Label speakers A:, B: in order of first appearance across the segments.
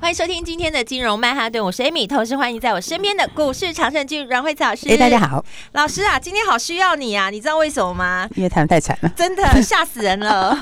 A: 欢迎收听今天的金融曼哈顿，我是 Amy，同时欢迎在我身边的股市常胜军阮慧慈老师。
B: 哎、大家，好，
A: 老师啊，今天好需要你啊，你知道为什么 吗？
B: 因为他们太 惨了，
A: 真的吓死人 了，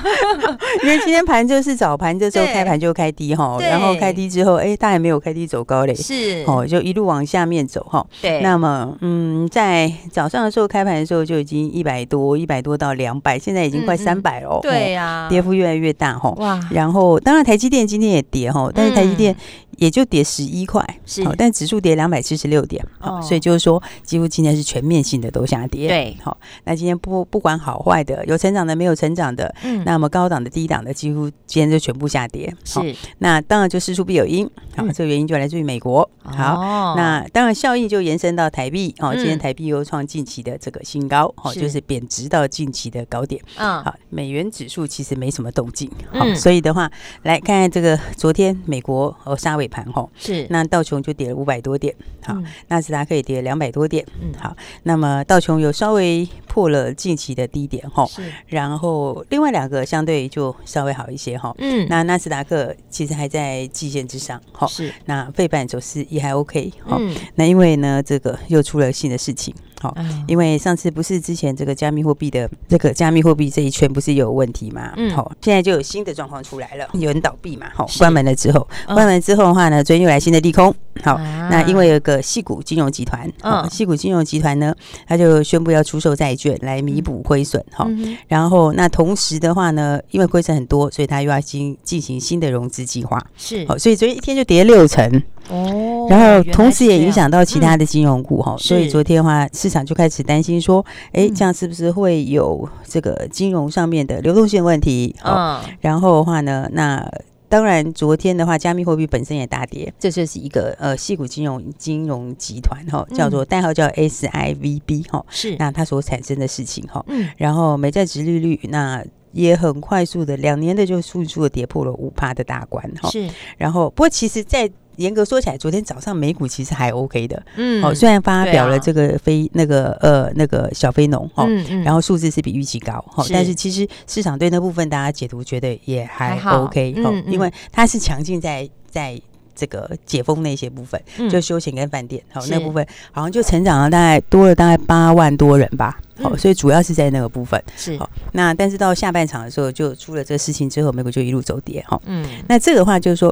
B: 因为今天盘就是早盘这时候
A: 对
B: 开盘就开低哈，
A: 对
B: 然后开低之后，哎、它还没有开低走高嘞，
A: 是，
B: 哦，就一路往下面走哈。
A: 对，
B: 那么，嗯，在早上的时候开盘的时候就已经一百多，一百多到两百，现在已经快
A: 嗯嗯
B: 三百了哦，
A: 对
B: 哦，
A: 呀，
B: 跌幅越来越大哈。
A: 哇，嗯
B: 然后，当然台积电今天也跌哈，但是台积电也就跌十一块，
A: 是
B: 好但指数跌两百七十六点，好、
A: 哦
B: 所以就是说，几乎今天是全面性的都下跌。
A: 对
B: 好、那今天不不管好坏的，有成长的，没有成长的，
A: 嗯
B: 那么高档的、低档的，几乎今天就全部下跌。好
A: 是嗯
B: 那当然就事出必有因，好、这个原因就来自于美国。哦好。
A: 好
B: 那当然，效益就延伸到台币哦。
A: 哦嗯
B: 今天台币又创近期的这个新高哦，
A: 是
B: 就是贬值到近期的高点。
A: 嗯，
B: 好，美元指数其实没什么动静，好、
A: 嗯
B: 所以的话，来看看这个昨天美国哦杀尾盘吼，
A: 是
B: 那道琼就跌了五百多点，好，
A: 嗯
B: 纳斯达克也跌了两百多点，
A: 嗯
B: 好，那么道琼有稍微破了近期的低点吼，
A: 是，
B: 然后另外两个相对就稍微好一些吼，
A: 嗯，
B: 那纳斯达克其实还在季线之上，吼，
A: 是，
B: 那费半走势也还 OK，好、
A: 嗯，
B: 那因为呢这个又出了新的事情，好、
A: 啊
B: 因为上次不是之前这个加密货币的这个加密货币这一圈不是有问题嘛？
A: 嗯
B: 好，现在就有新的状况出来了，有人倒闭嘛？好，
A: 是
B: 关门了之后，
A: 嗯
B: 关门之后的话呢，昨天又来新的利空。好，
A: 啊
B: 那因为有个细谷金融集团，
A: 嗯
B: 嗯，细谷金融集团呢，它就宣布要出售债券来弥补亏损，哈、
A: 嗯哼
B: 然后那同时的话呢，因为亏损很多，所以它又要进进行新的融资计划，
A: 是
B: 好，所以昨天一天就跌六成，
A: 哦
B: 然后同时也影响到其他
A: 的
B: 的金融股哈、所以
A: 是
B: 昨天的话，市场就开始担心说，哎，
A: 嗯
B: 这样是不是会有这个金融上面的流动性问题？哦，
A: 嗯
B: 然后的话呢，那。当然，昨天的话，加密货币本身也大跌，这就是一个呃，细股金融金融集团哈、
A: 嗯
B: 叫做代号叫 SIVB 哈、
A: 是
B: 那它所产生的事情哈、
A: 嗯
B: 然后美债值利率那也很快速的，两年的就迅速的跌破了五趴的大关哈、
A: 是
B: 然后，不过其实，在严格说起来，昨天早上美股其实还 OK 的。
A: 嗯
B: 哦，虽然发表
A: 对啊
B: 了这个非、那个呃那个小非农哦，
A: 嗯嗯
B: 然后数字是比预期高哦，
A: 是
B: 但是其实市场对那部分大家解读觉得也还
A: 还好
B: OK
A: 嗯
B: 哦，
A: 嗯
B: 因为它是强劲在在。这个解封那些部分，
A: 嗯
B: 就休闲跟饭店，好、哦、
A: 是
B: 那部分好像就成长了大概多了大概八万多人吧，好、
A: 嗯
B: 所以主要是在那个部分。
A: 是
B: 好那但是到下半场的时候，就出了这事情之后，美股就一路走跌，哈、哦。
A: 嗯
B: 那这个话就是说。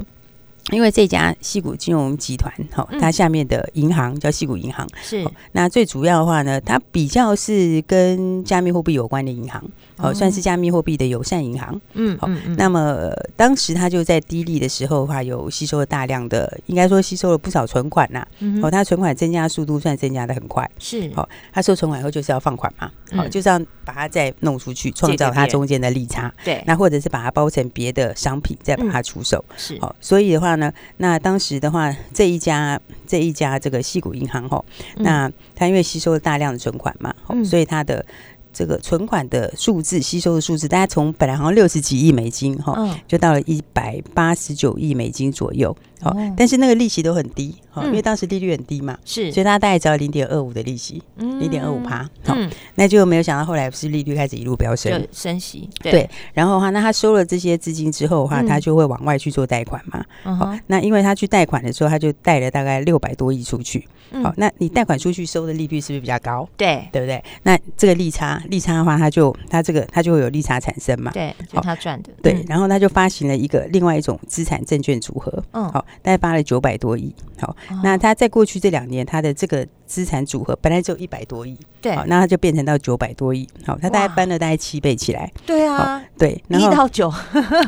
B: 因为这家细谷金融集团，哈、
A: 嗯
B: 它下面的银行叫细谷银行、
A: 是
B: 哦那最主要的话呢，它比较是跟加密货币有关的银行，哦，
A: 哦
B: 算是加密货币的友善银行。
A: 嗯
B: 好
A: 嗯嗯
B: 那么、呃当时它就在低利的时候的话，有吸收了大量的，应该说吸收了不少存款呐、
A: 嗯
B: 哦，
A: 哼
B: 它存款增加速度算增加的很快。
A: 是
B: 好它收存款以后就是要放款嘛，好、
A: 嗯
B: 就是要把它再弄出去，创
A: 借给
B: 造它
A: 别人
B: 中间的利差。
A: 对
B: 那或者是把它包成别的商品，再把
A: 嗯
B: 它出售。
A: 是
B: 好、所以的话呢，那当时的话，这一家这一家这个细谷银行吼、
A: 嗯
B: 那它因为吸收了大量的存款嘛，吼
A: 嗯
B: 所以它的这个存款的数字吸收的数字，大家从本来好像六十几亿美金哈、吼
A: 嗯
B: 就到了一百八十九亿美金左右，好、
A: 哦
B: 但是那个利息都很低，好、
A: 嗯
B: 因为当时利率很低嘛，
A: 是
B: 所以它大概只要零点二五的利息，
A: 零
B: 零点二五趴，好、
A: 嗯
B: 那就没有想到后来不是利率开始一路飙升，
A: 就升息
B: 对，然后的话，那他收了这些资金之后的话，
A: 嗯
B: 他就会往外去做贷款嘛。
A: 嗯
B: 好、
A: 哼
B: 那因为他去贷款的时候，他就贷了大概六百多亿出去。
A: 嗯
B: 好、那你贷款出去收的利率是不是比较高？
A: 对
B: 对不对？那这个利差，利差的话，他就他这个他就会有利差产生嘛。
A: 对嗯就
B: 好
A: 他赚的
B: 对，然后他就发行了一个另外一种资产证券组合，
A: 嗯
B: 好、大概发了九百多亿。好、
A: 嗯
B: 那
A: 哦
B: 他在过去这两年，他的这个资产组合本来只有一百多亿，
A: 对
B: 好、那他就变成到九百多亿，好、他大概
A: 哇
B: 翻了大概七倍起来，
A: 对啊
B: 对，然
A: 一
B: 后
A: 到九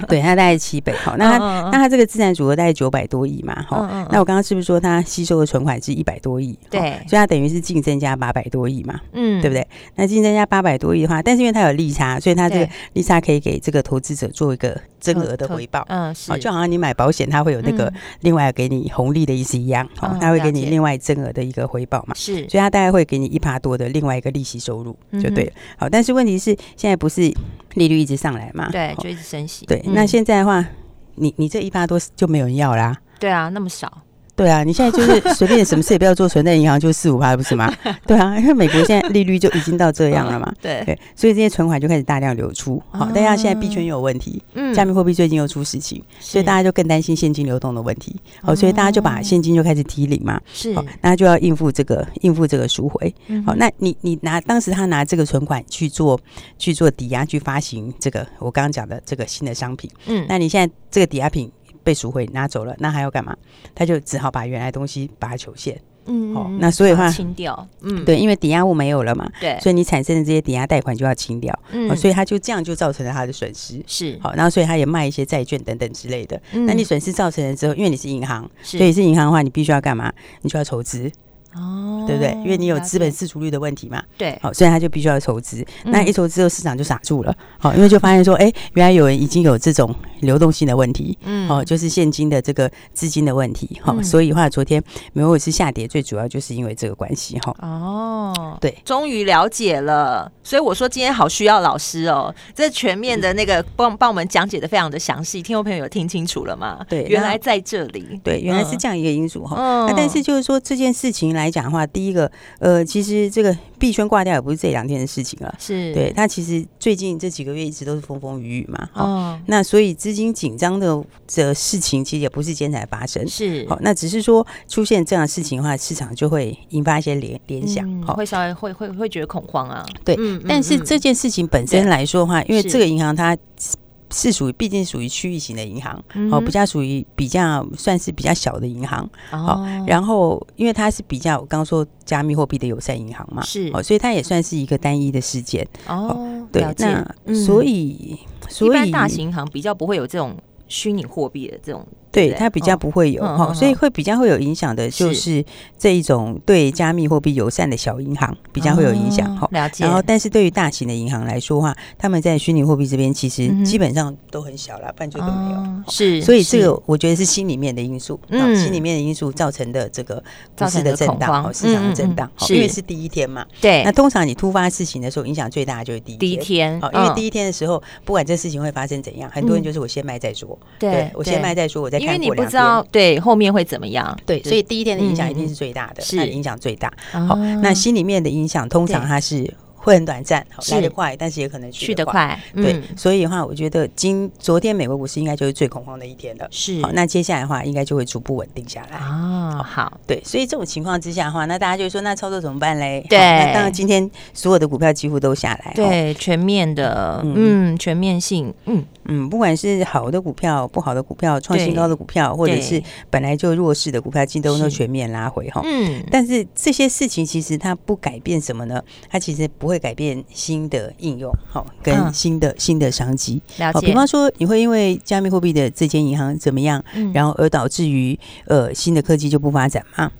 B: 对，它大概七倍。好，那它、
A: 嗯嗯嗯
B: 那它这个资产组合大概九百多亿嘛，哈、
A: 嗯嗯嗯
B: 那我刚刚是不是说它吸收的存款是一百多亿？齁
A: 对
B: 所以它等于是净增加八百多亿嘛，
A: 嗯
B: 对不
A: 对
B: 对？那净增加八百多亿的话，但是因为它有利差，所以它这个利差可以给这个投资者做一个增额的
A: 投
B: 回报。哦
A: 嗯是
B: 好，就好像你买保险，它会有那个
A: 嗯
B: 另外给你红利的意思一样，哦
A: 嗯，
B: 他会
A: 了
B: 给你
A: 解
B: 另外增额的一个回报嘛。
A: 是
B: 所以它大概会给你一趴多的另外一个利息收入
A: 嗯哼
B: 就对了。好，但是问题是现在不是利率一直上来嘛？
A: 对，
B: 好
A: 就一直升息。
B: 对。
A: 嗯
B: 那现在的话，你你这一趴多就没有人要啦。
A: 对啊，那么少，。
B: 对啊，你现在就是随便什么事也不要做，存在银行就四五趴不是吗？对啊，因为美国现在利率就已经到这样了嘛
A: 对，哦
B: 对，所以这些存款就开始大量流出。好，大家现在币圈有问题，
A: 嗯
B: 加密货币最近又出事情，所以大
A: 家
B: 家就更担心现金流动的问题。好，所以大家就把现金就开始提领嘛。
A: 哦是
B: 好，那就要应付这个应付这个赎回。
A: 嗯
B: 好，那你你拿当时他拿这个存款去做去做抵押去发行这个我刚刚讲的这个新的商品，
A: 嗯
B: 那你现在这个抵押品被赎回拿走了，那还要干嘛？他就只好把原来东西把它求现。
A: 嗯
B: 好
A: 嗯
B: 那所以的
A: 把它
B: 话
A: 清掉，嗯，
B: 对，因为抵押物没有了嘛，
A: 对，
B: 所以你产生的这些抵押贷款就要清掉，
A: 嗯
B: 哦所以他就这样就造成了他的损失。
A: 是
B: 好，然后所以他也卖一些债券等等之类的。
A: 嗯
B: 那你损失造成了之后，因为你是银行，
A: 是
B: 所以是银行的话，你必须要干嘛？你就要筹资，
A: 哦
B: 对不对？因为你有
A: 了
B: 资本
A: 解
B: 自足率的问题嘛。
A: 对，
B: 好，所以他就必须要筹资。
A: 嗯
B: 那一筹资后，市场就傻住了。好，因为就发现说，哎、原来有人已经有这种流动性的问题。
A: 嗯
B: 哦，就是现金的这个资金的问题，哈、
A: 嗯
B: 所以的话，昨天美国是下跌，最主要就是因为这个关系，哈、
A: 哦，
B: 对
A: 终于了解了，所以我说今天好需要老师哦，这全面
B: 嗯
A: 的那个帮帮我们讲解的非常的详细，听众朋友有听清楚了吗？
B: 对
A: 原
B: 那
A: 来在这里，
B: 对，原来是
A: 嗯
B: 这样一个因素，哈、啊
A: 嗯
B: 那但是就是说这件事情来讲的话，第一个，呃，其实这个币圈挂掉也不是这两天的事情了，
A: 是
B: 对，，它其实最近这几个月一直都是风风雨雨嘛，哈、
A: 哦，
B: 那所以资金紧张的的事情，其实也不是今天才发生，
A: 是
B: 好，那只是说出现这样的事情的话，市场就会引发一些联联想
A: 嗯，
B: 好、
A: 会稍微会会会觉得恐慌啊，
B: 对
A: 嗯嗯
B: 但是
A: 嗯
B: 这件事情本身
A: 对
B: 来说的话，因为
A: 是
B: 这个银行它是属于毕竟属于区域型的银行，
A: 嗯
B: 哦，
A: 哼
B: 比较属于比较算是比较小的银行，
A: 哦，
B: 然后因为它是比较我刚说加密货币的友善银行嘛，
A: 是
B: 哦，所以它也算是一个单一的事件，
A: 哦，
B: 对
A: 了，解
B: 那、
A: 嗯
B: 所以
A: 一
B: 所
A: 般
B: 以
A: 大型银行比较不会有这种虚拟货币的这种，
B: 对
A: 对
B: 它比较
A: 嗯
B: 不会有
A: 嗯
B: 哈、
A: 嗯
B: 所以
A: 嗯
B: 会比较会有影响的，就是是这一种对加密货币友善的小银行比较会有影响
A: 哦
B: 哈、
A: 了解，
B: 然后，但是对于大型的银行来说的话，他们在虚拟货币这边其实
A: 嗯哼
B: 基本上都很小了，半就都没有。
A: 哦是，
B: 所以这
A: 是
B: 个我觉得是心里面的因素，
A: 嗯
B: 嗯，心里面的因素造成的这个股
A: 造
B: 市
A: 成
B: 的
A: 的
B: 震
A: 恐
B: 荡，
A: 慌
B: 哦市场的震荡
A: 嗯嗯嗯，
B: 哦
A: 是
B: 因为是第一天嘛。
A: 对
B: 那通常你突发事情的时候，影响最大的就是第一
A: 第一
B: 天。哦
A: 天，
B: 好，因为
A: 嗯
B: 第一天的时候，不管这事情会发生怎样，很多人
A: 嗯
B: 就是我先卖再说，
A: 对
B: 我先卖再说，我再
A: 因为
B: 看
A: 你
B: 过
A: 不
B: 两
A: 知道
B: 遍。
A: 对后面会怎么样，
B: 对，所以第一天的影响一
A: 嗯嗯
B: 定
A: 嗯
B: 是最大的，
A: 是
B: 它的影响最大。
A: 好
B: 好，那心里面的影响通常
A: 嗯对
B: 它是会很短暂，好
A: 是
B: 来得快，但是也可能
A: 去
B: 去
A: 得
B: 得快。
A: 快，
B: 对
A: 嗯，
B: 所以的话，我觉得今昨天美国股市应该就是最恐慌的一天了。
A: 是
B: 好，那哎接下来的话，应该就会逐步稳定下来。
A: 啊，好，
B: 对，所以这种情况之下的话，那大家就会说，那操作怎么办嘞？
A: 对
B: 好那当然今天所有的股票几乎都下来。哦，
A: 对，全面的，嗯，全面性，嗯，
B: 嗯，不管是好的股票、不好的股票、创新高的股票，或者
A: 对
B: 是本来就弱势的股票，今天都
A: 是
B: 全面拉回哈。
A: 嗯，
B: 但是这些事情其实它不改变什么呢？它其实不会改变新的应用，好，
A: 嗯
B: 跟新的、新的商机。
A: 了
B: 好，
A: 解
B: 比，方说你会因为加密货币的这间银行怎么样，
A: 嗯
B: 然后而导致于呃新的科技就不发展嘛，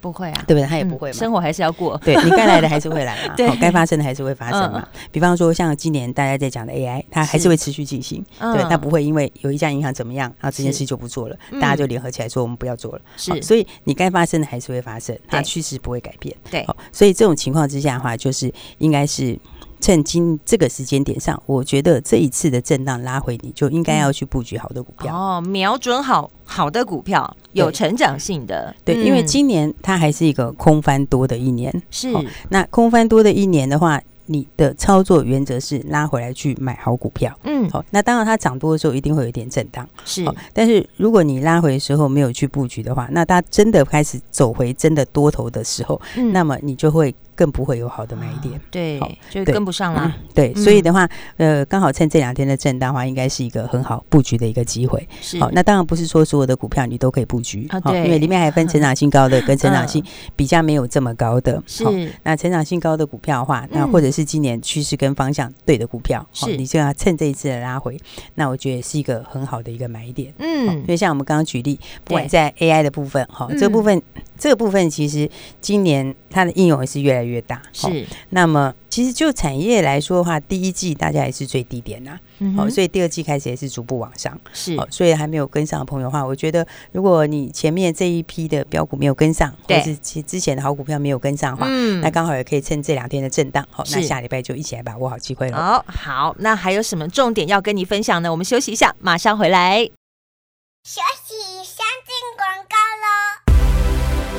A: 不会啊，
B: 对不对？它也
A: 嗯
B: 不会嘛。
A: 生活还是要过，，
B: 对你该来的还是会来嘛
A: 对嗯
B: 好该发生的还是会发生嘛。比方说，像今年大家在讲的 AI，它还
A: 是
B: 是会持续进行，
A: 嗯
B: 对，它不会因为有一家银行怎么样，然后这件
A: 是
B: 事就不做了，
A: 嗯
B: 大家就联合起来说我们不要做了。好
A: 是，
B: 所以你该发生的还是会发生，它
A: 对
B: 趋势不会改变。
A: 对
B: 好，所以这种情况之下的话，就是应该是趁今这个时间点上，我觉得这一次的震荡拉回，你就应该要去布局好的股票。
A: 哦，瞄准好好的股票，有
B: 对
A: 成长性的，
B: 对，因为
A: 嗯
B: 今年它还是一个空翻多的一年，
A: 是
B: 好那空翻多的一年的话，你的操作原则是拉回来去买好股票。
A: 嗯
B: 好、那当然它涨多的时候一定会有一点震荡，
A: 是
B: 好、但是如果你拉回的时候没有去布局的话，那它真的开始走回真的多头的时候，
A: 嗯
B: 那么你就会更不会有好的买点。
A: 对
B: 好，
A: 就
B: 对
A: 跟不上
B: 嗯
A: 啦，、
B: 对，
A: 啊嗯
B: 所以的话，呃，刚好趁这两天的震荡的话，应该是一个很好布局的一个机会。
A: 是
B: 嗯好、那当然不是说所有的股票你都可以布局，
A: 啊
B: 好
A: 嗯对
B: 因为里面还分成长性高 的跟成长性
A: 嗯
B: 比较没有这么高的。好
A: 是
B: 那成长性高的股票的话，那
A: 嗯
B: 或者是今年趋势跟方向对的股票，好
A: 是
B: 你就要趁这一次的拉回，那我觉得是一个很好的一个买点。好
A: 嗯
B: 因为像我们刚刚举例，不管
A: 对
B: 在 AI 的部分，哈，
A: 嗯
B: 这部分这个部分其实今年它的应用也是越来越大。好
A: 是，
B: 那么其实就产业来说的话，第一季大家也是最低点呐、
A: 嗯
B: 好、
A: 哼
B: 所以第二季开始也是逐步往上。
A: 是
B: 哦，所以还没有跟上的朋友的话，我觉得如果你前面这一批的标股没有跟上，或
A: 对
B: 是其之前的好股票没有跟上的话，
A: 嗯
B: 那刚好也可以趁这两天的震荡，好、那
A: 是
B: 下礼拜就一起来把握好机会喽。
A: 好好，那还有什么重点要跟你分享呢？我们休息一下，马上回来。
C: 起相进广告喽。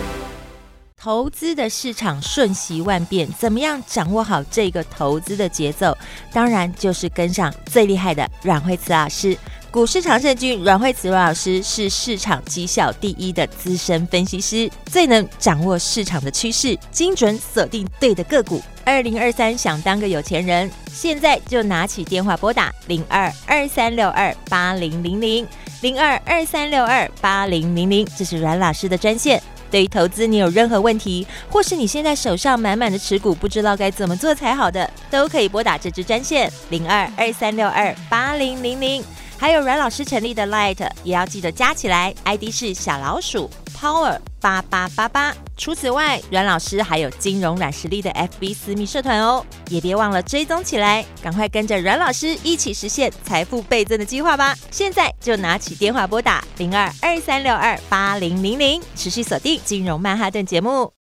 A: 投资的市场瞬息万变，怎么样掌握好这个投资的节奏？当然就是跟上最厉害的阮慧慈老师。股市常胜军阮慧慈阮老师是市场绩效第一的资深分析师，最能掌握市场的趋势，精准锁定对的个股。二零二三想当个有钱人，现在就拿起电话拨打零二二三六二八零零零零二二三六二八零零零，这是阮老师的专线。对于投资你有任何问题，或是你现在手上满满的持股不知道该怎么做才好的，都可以拨打这支专线零二二三六二八零零零。还有阮老师成立的 Light 也要记得加起来，ID 是小老鼠 Power 八八八八。除此外，阮老师还有金融软实力的 FB 私密社团哦，也别忘了追踪起来，赶快跟着阮老师一起实现财富倍增的计划吧！现在就拿起电话拨打零二二三六二八零零零，持续锁定金融曼哈顿节目。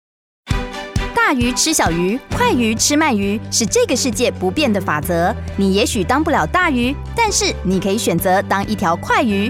D: 大鱼吃小鱼，快鱼吃慢鱼，是这个世界不变的法则。你也许当不了大鱼，但是你可以选择当一条快鱼。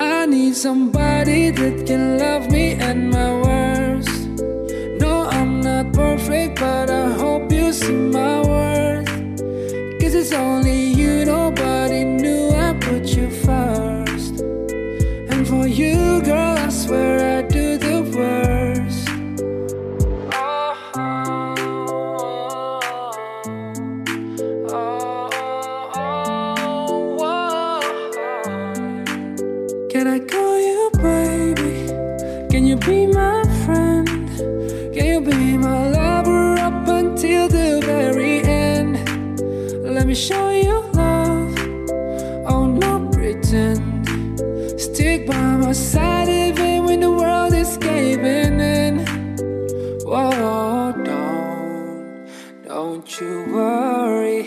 E: I need somebody that can love me at my worst. No, I'm not perfect, but I hope you see my worth. Cause it's only you, nobody knew I put you first. And for you, girl, I swear I do the worst. Can I call you baby? Can you be my friend? Can you be my lover up until the very end? Let me show you love. Oh, no pretend. Stick by my side even when the world is caving in. Whoa, don't, don't you worry.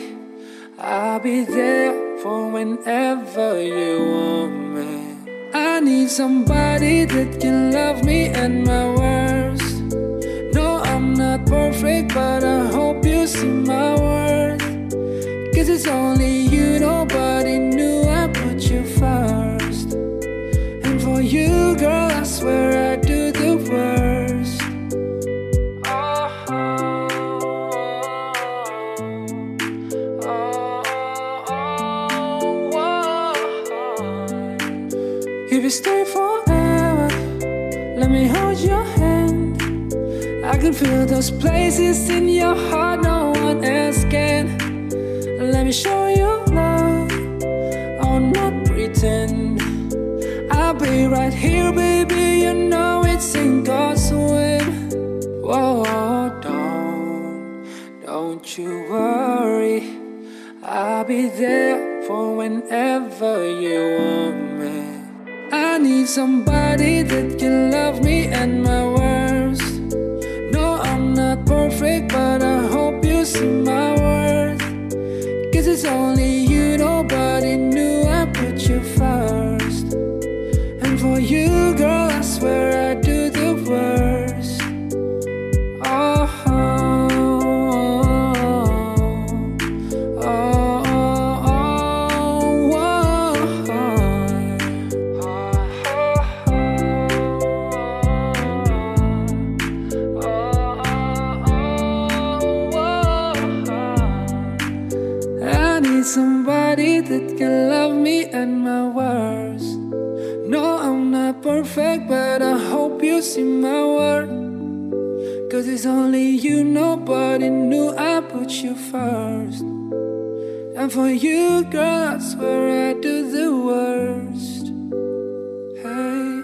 E: I'll be there for whenever you want me. I need somebody that can love me at my worst. No, I'm not perfect, but I hope you see my worth. Cause it's only you, nobody knew I put you first. And for you, girl, I swear I do the worst. Oh, oh, If you stay forever, let me hold your hand. I can feel those places in your heart no one else can. Let me show you love, I'll not pretend. I'll be right here, baby. You know it's in God's will. Whoa, don't, don't you worry. I'll be there for whenever you want me. I need somebody that can love me at my worst. No, I'm not perfect, but I hope you see my worth. Cause it's only you, nobody knew I put you first. And for you, girl, I swear I do the worst. Oh. Oh need somebody that can love me at my worst. No, I'm not perfect, but I hope you see my worth. Cause it's only you, nobody knew I put you first. And for you, girl, I swear I do the worst. Hey.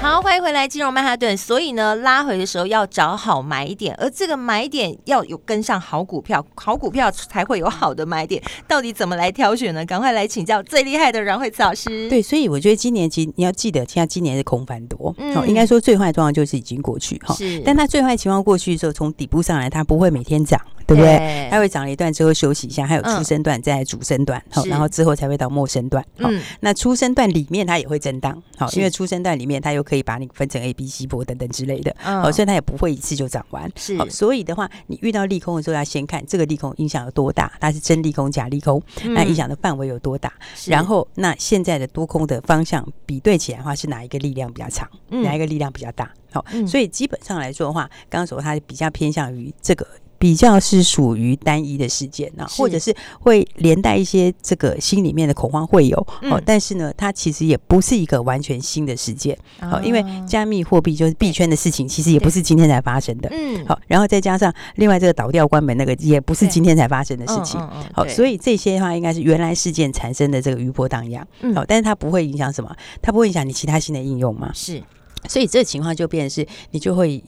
A: 好，欢迎回来，金融曼哈顿。所以呢，拉回的时候要找好买点，而这个买点要有跟上好股票，好股票才会有好的买点。到底怎么来挑选呢？赶快来请教最厉害的阮慧慈老师。，
B: 对，所以我觉得今年其实你要记得，现在今年是空翻多，
A: 嗯
B: 哦，应该说最坏的状况就是已经过去哈。
A: 是
B: 但它最坏情况过去之后，从底部上来，它不会每天涨，对不对？
A: 对
B: 它会涨了一段之后休息一下，还有初
A: 嗯
B: 升段，再来主升段，好，
A: 是
B: 然后之后才会到末升段。好
A: 嗯，
B: 那初升段里面它也会震荡，好，
A: 是
B: 因为初升段里面它又可以把你分成 A、B、C 波等等之类的，
A: 嗯
B: 好，所以它也不会一次就涨完。
A: 是
B: 好，所以的话，你遇到利空的时候，要先看这个利空影响有多大，它是真利空、假利空，那影响的范围有多大。
A: 嗯是
B: 然后，那现在的多空的方向比对起来的话，是哪一个力量比较长，
A: 嗯
B: 哪一个力量比较大？好、
A: 嗯
B: 所以基本上来说的话，刚刚说它比较偏向于这个。比较是属于单一的事件啊，
A: 是
B: 或者是会连带一些这个心里面的恐慌会有哦
A: 嗯，
B: 但是呢，它其实也不是一个完全新的事件哦，因为
A: 啊
B: 加密货币就是币圈的事情，其实也不是今天才发生的。
A: 嗯，
B: 好，然后再加上另外这个倒掉关门那个，也不是
A: 对
B: 今天才发生的事情。
A: 嗯嗯嗯
B: 好，
A: 对
B: 所以这些的话应该是原来事件产生的这个余波荡漾，
A: 嗯
B: 好，但是它不会影响什么，它不会影响你其他新的应用嘛，
A: 是
B: 所以这情况就变成是你就会。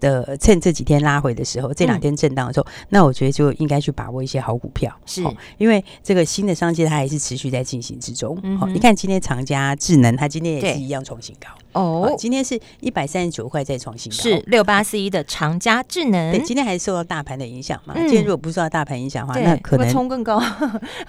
B: 的趁这几天拉回的时候，这两天震荡的时候，那我觉得就应该去把握一些好股票，
A: 是
B: 哦因为这个新的商机它还是持续在进行之中。
A: 嗯
B: 好、
A: 哼
B: 你看今天长嘉智能，它今天也
A: 对
B: 是一样创新高，
A: 哦
B: 哦，，今天是一百三十九块再创新高，
A: 是六八四一的长嘉智能
B: 对，，今天还是受到大盘的影响嘛？
A: 嗯
B: 今天如果不受到大盘影响的话，
A: 对
B: 那可
A: 会
B: 能
A: 冲更高，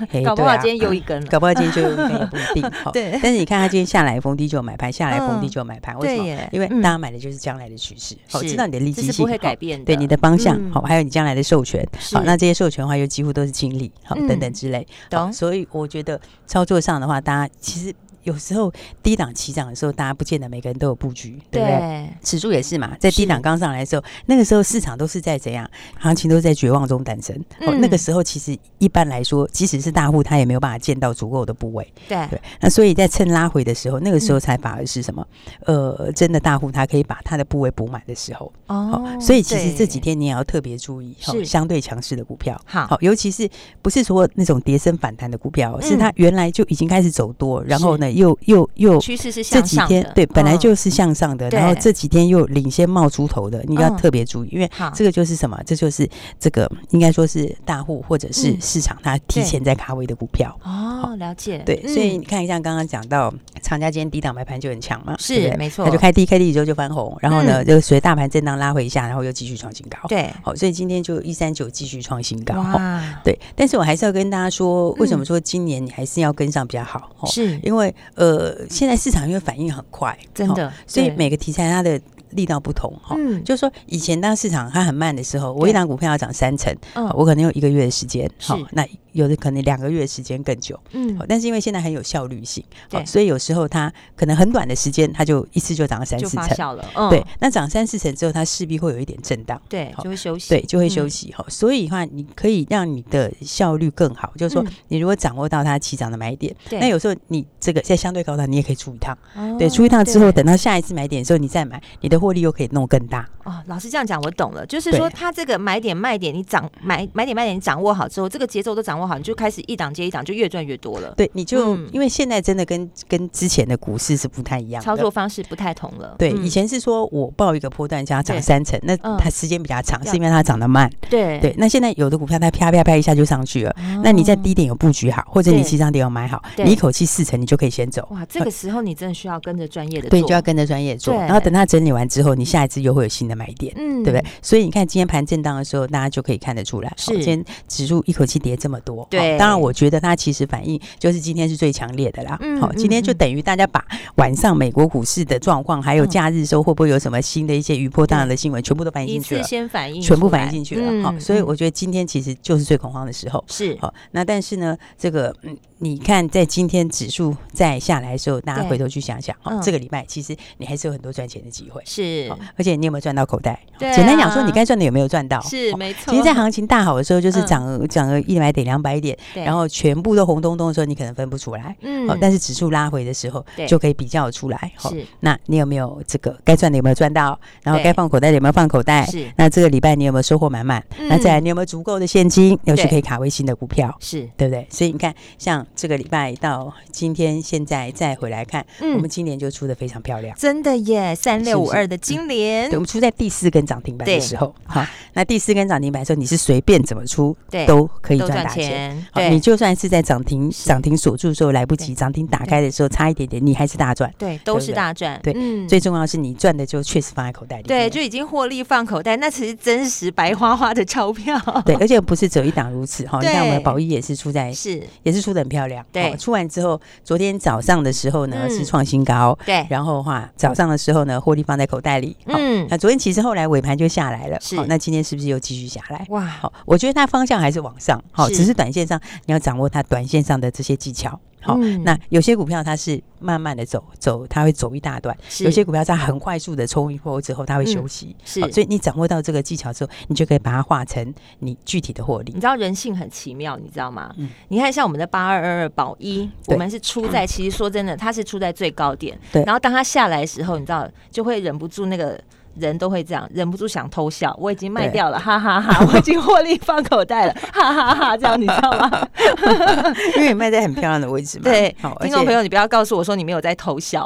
B: 嘿
A: 搞不
B: 对
A: 好
B: 啊
A: 今天又一根了。
B: 搞不好今天就有一根也不一定。 好
A: 对
B: 但是你看它今天下来逢低就有买盘，下来逢低
A: 嗯
B: 就有买盘，为什
A: 对
B: 么
A: 耶？
B: 因为
A: 嗯
B: 大家买的就是将来的趋势，好，
A: 是
B: 知道你的利
A: 这
B: 基
A: 是
B: 性，
A: 不会改
B: 好
A: 变的，
B: 对你的方向
A: 嗯，
B: 好，还有你将来的授权，
A: 是
B: 好，那这些授权的话又几乎都是经理，好，
A: 嗯
B: 等等之类，好
A: 懂
B: 所以我觉得操作上的话，大家其实有时候低档起涨的时候，大家不见得每个人都有布局，对不对？
A: 对，
B: 指数也是嘛，在低
A: 是
B: 档刚上来的时候，那个时候市场都是在怎样，行情都是在绝望中诞生。哦，
A: 嗯
B: 那个时候其实一般来说，即使是大户，他也没有办法见到足够的部位。
A: 对，
B: 对，那所以在趁拉回的时候，那个
A: 嗯
B: 时候才反而是什么？呃，真的大户他可以把他的部位补满的时候。
A: 哦
B: 所以其实这几
A: 对
B: 天你也要特别注意，哦
A: 是
B: 相对强势的股票。哦
A: 好
B: 尤其是不是说那种跌升反弹的股票，哦
A: 嗯
B: 是它原来就已经开始走多，然后呢又又又
A: 趋势是
B: 这
A: 向
B: 几
A: 上
B: 天
A: 的
B: 对，本来
A: 嗯
B: 就是向上的，
A: 对
B: 然后这几天又领先冒出头的，你要
A: 嗯
B: 特别注意，因为
A: 好
B: 这个就是什么？这就是这个应该说是大户或者是
A: 嗯
B: 市场它提前在卡位的股票。
A: 哦，了解，
B: 对，所以
A: 嗯
B: 你看一下刚刚讲到，长家今天低档买盘就很强嘛，
A: 是
B: 对不对
A: 没错嗯
B: 它就开低开低之后就翻红，然后呢，就随大盘震荡拉回一下，然后又继续创新高。，
A: 对，
B: 好，所以今天就一三九继续创新高。哦
A: 哇，
B: 对，但是我还是要跟大家说，为什
A: 嗯
B: 么说今年你还是要跟上比较好？哦
A: 是
B: 因为呃，现在市场因为反应很快，
A: 真的
B: 哦所以
A: 对
B: 每个题材它的力道不同哈。
A: 嗯
B: 就是说，以前当市场它很慢的时候，我一档股票要涨三成，哦
A: 嗯
B: 我可能有一个月的时间，
A: 是
B: 好，那有的可能两个月的时间更久，
A: 嗯
B: 好，但是因为现在很有效率性，好
A: 对，
B: 所以有时候它可能很短的时间，它就一次就涨了三
A: 就
B: 四
A: 发
B: 成，
A: 酵了，嗯，
B: 对，那涨三四成之后，它势必会有一点震荡，
A: 对，
B: 好
A: 就会休息，
B: 对，就会休
A: 嗯
B: 息哈、所以的话，你可以让你的效率更好，就是说
A: 嗯，
B: 你如果掌握到它起涨的买点，
A: 对
B: 那有时候你这个在相对高档，你也可以出一趟，
A: 哦
B: 对，出一趟之后，
A: 对
B: 等到下一次买点的时候，你再买，你的获利又可以弄更大。
A: 哦，老师这样讲我懂了，就是
B: 对
A: 说他这个买点卖点，你掌买买点卖点你掌握好之后，这个节奏都掌握好，你就开始一档接一档，就越赚越多了。
B: 对，你就、
A: 嗯
B: 因为现在真的跟跟之前的股市是不太一样的
A: 操作。方式不太同了。
B: 对，
A: 嗯
B: 以前是说我报一个波段价
A: 对
B: 涨三成，那
A: 嗯
B: 它时间比较长，
A: 要
B: 是因为它涨得慢。
A: 对
B: 对，那现在有的股票它啪啪啪一下就上去了，
A: 哦
B: 那你在低点有布局好，或者
A: 对
B: 你起涨点有买好，
A: 对
B: 你一口气四成你就可以先走。
A: 哇，这个时候你真的需要跟着专业的
B: 呃对，
A: 做
B: 你就要跟着专业做，
A: 对
B: 然后等它整理完之后，你下一次又会有新的买点，
A: 嗯
B: 对不对？所以你看今天盘震荡的时候，大家就可以看得出来，哦
A: 是
B: 今天指数一口气跌这么多。
A: 对
B: 哦当然我觉得它其实反应就是今天是最强烈的啦。
A: 嗯
B: 好、今天就
A: 嗯嗯
B: 等于大家把晚上美国股市的状况，还有
A: 嗯
B: 假日时候会不会有什么新的一些余波荡漾的新闻，全部都反映
A: 一
B: 进去
A: 次
B: 了，
A: 先反应出来，
B: 全部反映进去了。好、
A: 嗯
B: 所以我
A: 嗯
B: 觉得今天其实就是最恐慌的时候。
A: 是
B: 好、那但是呢，这个嗯，你看在今天指数再下来的时候，大家
A: 对
B: 回头去想想，哦
A: 嗯，
B: 这个礼拜其实你还是有很多赚钱的机会，
A: 是
B: 好而且你有没有赚到口袋？
A: 对
B: 简单讲说，
A: 啊
B: 你该赚的有没有赚到？
A: 是
B: 哦
A: 没错。
B: 其实，在行情大好的时候，就是
A: 嗯
B: 涨了涨了一百点、两百点，
A: 对
B: 然后全部都红彤彤的时候，你可能分不出来。
A: 嗯
B: 哦，但是指数拉回的时候
A: 对，
B: 就可以比较出来。哦
A: 是
B: 那你有没有这个该赚的有没有赚到？然后
A: 对
B: 该放口袋的有没有放口袋？
A: 是嗯
B: 那这个礼拜你有没有收获满满？那再来你有没有足够的现金，又去
A: 对
B: 可以卡位新的股票？
A: 是
B: 对不对？所以你看，像这个礼拜到今天，现在再回来看，
A: 嗯
B: 我们今年就出的非常漂亮。
A: 真的耶，三六五二的金莲
B: 对，我，们出在第四根涨停板
A: 对啊
B: 的时候，好，那第四根涨停板的时候，你是随便怎么出
A: 对
B: 都可以
A: 都
B: 赚
A: 赚
B: 大钱。
A: 钱，
B: 好，
A: 对
B: 你就算是在涨停涨停锁住的时候来不
A: 对
B: 及，涨停打开的时候差一点点，你还是大赚。
A: 对，都
B: 对不
A: 是
B: 对
A: 大赚，
B: 对
A: 嗯
B: 最重要的是你赚的就确实放在口袋里
A: 对，
B: 面。
A: 就已经获利放口袋，那其实真实白花花的钞票。
B: 对，而且不是只有一档如此哈。你
A: 对
B: 看我们的宝一也是出在
A: 是，
B: 也是出的很漂亮。
A: 对
B: 好出完之后，昨天早上的时候呢
A: 嗯
B: 是创新高，
A: 对，
B: 然后的话早上的时候呢获利放在口袋里。好
A: 嗯
B: 那昨天其实后来尾盘就下来了，
A: 是
B: 好那今天是不是又继续下来？
A: 哇，
B: 好，我觉得它方向还是往上，好，
A: 是
B: 只是短线上你要掌握它短线上的这些技巧。好，
A: 嗯
B: 那有些股票它是慢慢的走走，它会走一大段；
A: 是
B: 有些股票它很快速的冲一波之后，它会休息。
A: 是
B: 好所以你掌握到这个技巧之后，你就可以把它化成你具体的获利
A: 你。知道人性很奇妙，你知道吗？你看像我们的八二二二保一，我
B: 嗯对
A: 们是出 在，其实说真的，它是出在最高点。
B: 对
A: 然后当它下来的时候，你知道就会忍不住那个。人都会这样，忍不住想偷笑。我已经卖
B: 对
A: 掉了，哈哈哈我已经获利放口袋了，哈哈哈！这样你知道吗？
B: 因为你卖在很漂亮的位 置嘛。
A: 对
B: 好，，而
A: 听众朋
B: 且
A: 友，你不要告诉我说你没有在偷
B: 啊
A: 笑。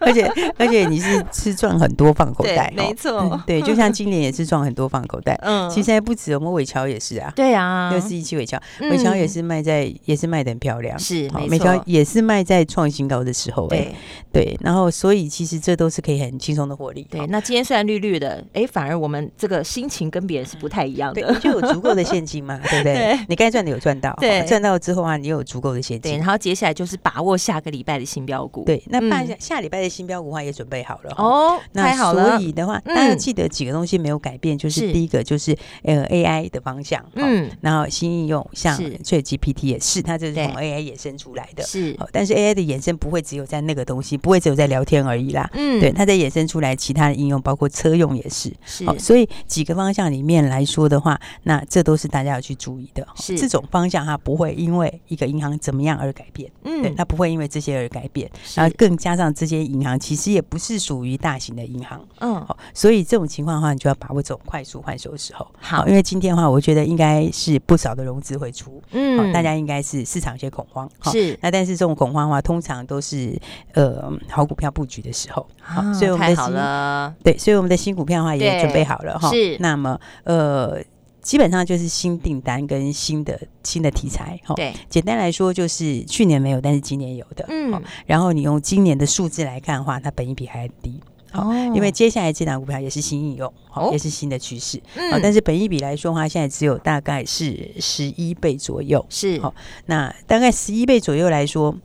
B: 而且而且你 是是赚很多放口
A: 对
B: 袋，
A: 没
B: 哦
A: 错
B: 嗯对，就像今年也是赚很多放口 袋。
A: 嗯，
B: 其实现在不止，我们尾桥也是啊。
A: 对 啊，
B: 六四一七尾桥，
A: 嗯
B: 尾桥也是卖在，也是卖的很漂亮，
A: 是
B: 好
A: 没
B: 尾
A: 错
B: 桥也是卖在创新高的时候、哎
A: 对，
B: 对，然后所以其实这都是可以很轻松的获利，
A: 对
B: 好，
A: 那今天虽然绿绿的，哎，反而我们这个心情跟别人是不太一样
B: 对，
A: 的。
B: 你就有足够的现金嘛，对不对？
A: 对
B: 你该赚的有赚到，
A: 对
B: 好赚到之后啊，你又有足够的现
A: 对，
B: 金
A: 然。后接下来就是把握下个礼拜的新标股。，
B: 对，那
A: 嗯
B: 半下、下礼拜的新标股的话也准备好了哦。
A: 哦，太
B: 那
A: 好了
B: 所。以的话，
A: 嗯
B: 大家记得几个东西没有改变，就是是第一个就是呃 AI 的方向，嗯，
A: 嗯，
B: 然后新应用像
A: 是
B: ChatGPT 也是，它就是
A: 对
B: 从 AI 衍生出来的，
A: 是，
B: 哦，但是 AI 的衍生不会只有在那个东西，不会只有在聊天而已啦。
A: 嗯，
B: 对，它在衍生出来其他的应用，包括车用也是。
A: 是
B: 哦，所以几个方向里面来说的话，那这都是大家要去注意的。哦
A: 是
B: 这种方向它不会因为一个银行怎么样而改变，对，
A: 嗯，
B: 它不会因为这些而改变。
A: 是
B: 然后更加上这些银行其实也不是属于大型的银行，
A: 嗯，
B: 哦，所以这种情况的话，你就要把握这种快速换手的时候。
A: 好
B: 哦因为今天的话，我觉得应该是不少的融资会出，
A: 嗯
B: 哦，大家应该是市场有些恐慌，哦
A: 是
B: 那但是这种恐慌的话，通常都是呃好股票布局的时候，好
A: 啊
B: 所以我们
A: 太
B: 的
A: 好
B: 新
A: 了，
B: 对，所以我们的新股票的话
A: 对
B: 也准备好了哈。
A: 是
B: 那么呃，基本上就是新订单跟新的新的题材哈。
A: 对，
B: 简单来说就是去年没有，但是今年有的。
A: 嗯
B: 好，然后你用今年的数字来看的话，它本益比还低。好因为接下来这档股票也是新应用，好
A: 嗯哦
B: 也是新的趋势。哦
A: 嗯
B: 好但是本益比来说的话，现在只有大概是十一倍左右。
A: 是
B: 好那大概十一倍左右来说，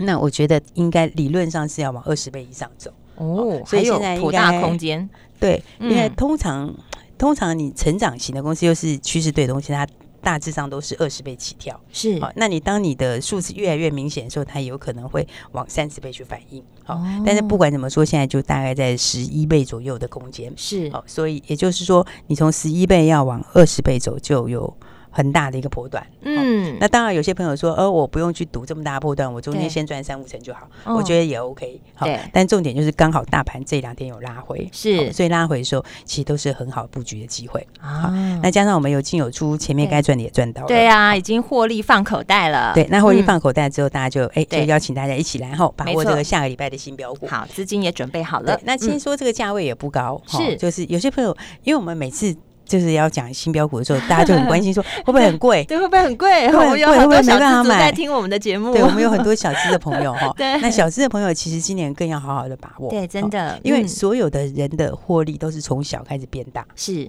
B: 那我觉得应该理论上是要往二十倍以上走。
A: 哦，
B: 所
A: 还
B: 以
A: 有
B: 现在应
A: 颇大
B: 该
A: 空间。
B: 对，因为
A: 嗯
B: 通常通常你成长型的公司又是趋势对的东西，它大致上都是二十倍起跳。
A: 是
B: 好、那你当你的数字越来越明显的时候，它有可能会往三十倍去反应。好、
A: 哦
B: 但是不管怎么说，现在就大概在十一倍左右的空间。
A: 是
B: 好、所以也就是说，你从十一倍要往二十倍走，就有很大的一个波段。好
A: 嗯，
B: 那当然，有些朋友说，呃，我不用去赌这么大波段，我中
A: 对
B: 间先赚三五成就好，
A: 哦
B: 我觉得也 OK。好
A: 对，
B: 但重点就是刚好大盘这两天有拉回，
A: 是
B: 好所以拉回的时候，其实都是很好布局的机会。
A: 啊
B: 那加上我们有进有出，前面
A: 对
B: 该赚的也赚到了。
A: 对啊，已经获利放口袋了。
B: 对，那获利
A: 嗯
B: 放口袋之后，大家就哎、就
A: 对
B: 邀请大家一起来，然后把
A: 没
B: 握这
A: 错
B: 个下个礼拜的新标股。
A: 好，资金也准备好
B: 对
A: 了。，
B: 那先
A: 嗯
B: 说这个价位也不高，哈
A: 是
B: 就是有些朋友，因为我们每次就是要讲新标股的时候，大家就很 关心说会不会很贵？
A: 对，会不会很贵？
B: 会不会
A: 我有
B: 很
A: 很
B: 贵会
A: 多
B: 不会
A: 小
B: 没办法
A: 资族在
B: 买
A: 听我们的节目。，
B: 对，我们有很多小资的朋友哈
A: 哦 对
B: 那小资的朋友其实今年更要好好的把握，
A: 对，真
B: 哈。
A: 的，
B: 因为
A: 嗯
B: 所有的人的获利都是从小开始变大，
A: 是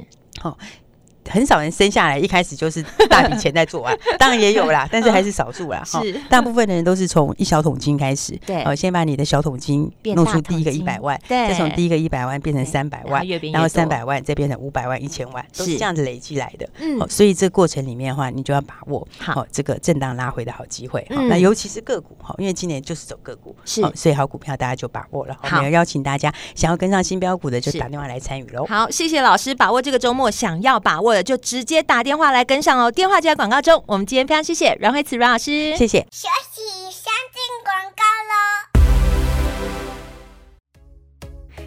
B: 很少人生下来一开始就是大笔钱在做 啊，当然也有啦，但是还是少数啦。哈
A: 嗯是
B: 大部分的人都是从一小桶金开始，
A: 对
B: 呃，先把你的小桶金
A: 变
B: 弄
A: 大
B: 出第一
A: 桶
B: 个一
A: 金
B: 百万，
A: 对
B: 再从第一个一百万变成
A: 对
B: 三百
A: 然后
B: 万
A: 越变，越
B: 然后
A: 多
B: 三百万再变成五百万、一千万，都
A: 是
B: 是这样子累积来的。
A: 嗯
B: 哦，所以这过程里面的话，你就要把握
A: 好
B: 哦、这个震荡拉回的好机会。哦
A: 嗯
B: 那尤其是个股哈、哦因为今年就是走个股，
A: 是
B: 所以好股票大家就把握了。哦
A: 好
B: 我们要邀请大家想要跟上新标股的，就是打电话来参与喽。
A: 好，谢谢老师，把握这个周末，想要把握的就直接打电话来跟上哦。电话就在广告中。我们今天非常谢谢阮慧慈阮老师，
B: 谢谢。
C: 学习相进广告喽。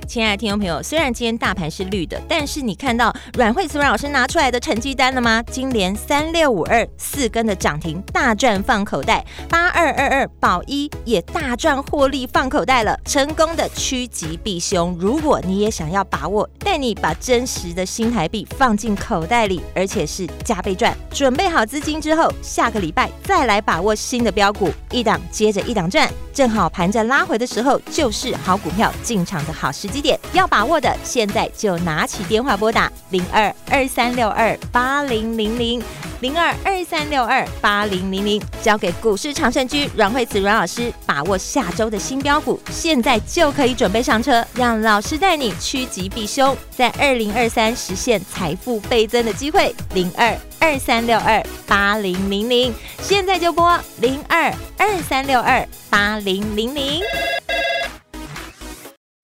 A: 亲爱的听众朋友，虽然今天大盘是绿的，但是你看到阮慧慈阮老师拿出来的成绩单了吗？金联三六五二四根的涨停大赚放口袋，八二二二宝一也大赚获利放口袋了，成功的趋吉避凶。如果你也想要把握，带你把真实的新台币放进口袋里，而且是加倍赚。准备好资金之后，下个礼拜再来把握新的标股，一档接着一档赚。正好盘在拉回的时候，就是好股票进场的好时机点，要把握的，现在就拿起电话拨打零二二三六二八零零零零二二三六二八零零零，交给股市常胜军阮慧慈阮老师把握下周的新标股，现在就可以准备上车，让老师带你趋吉避凶，在二零二三实现财富倍增的机会，零二二三六二八零零零，现在就拨零二二三六二八零零零。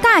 D: 大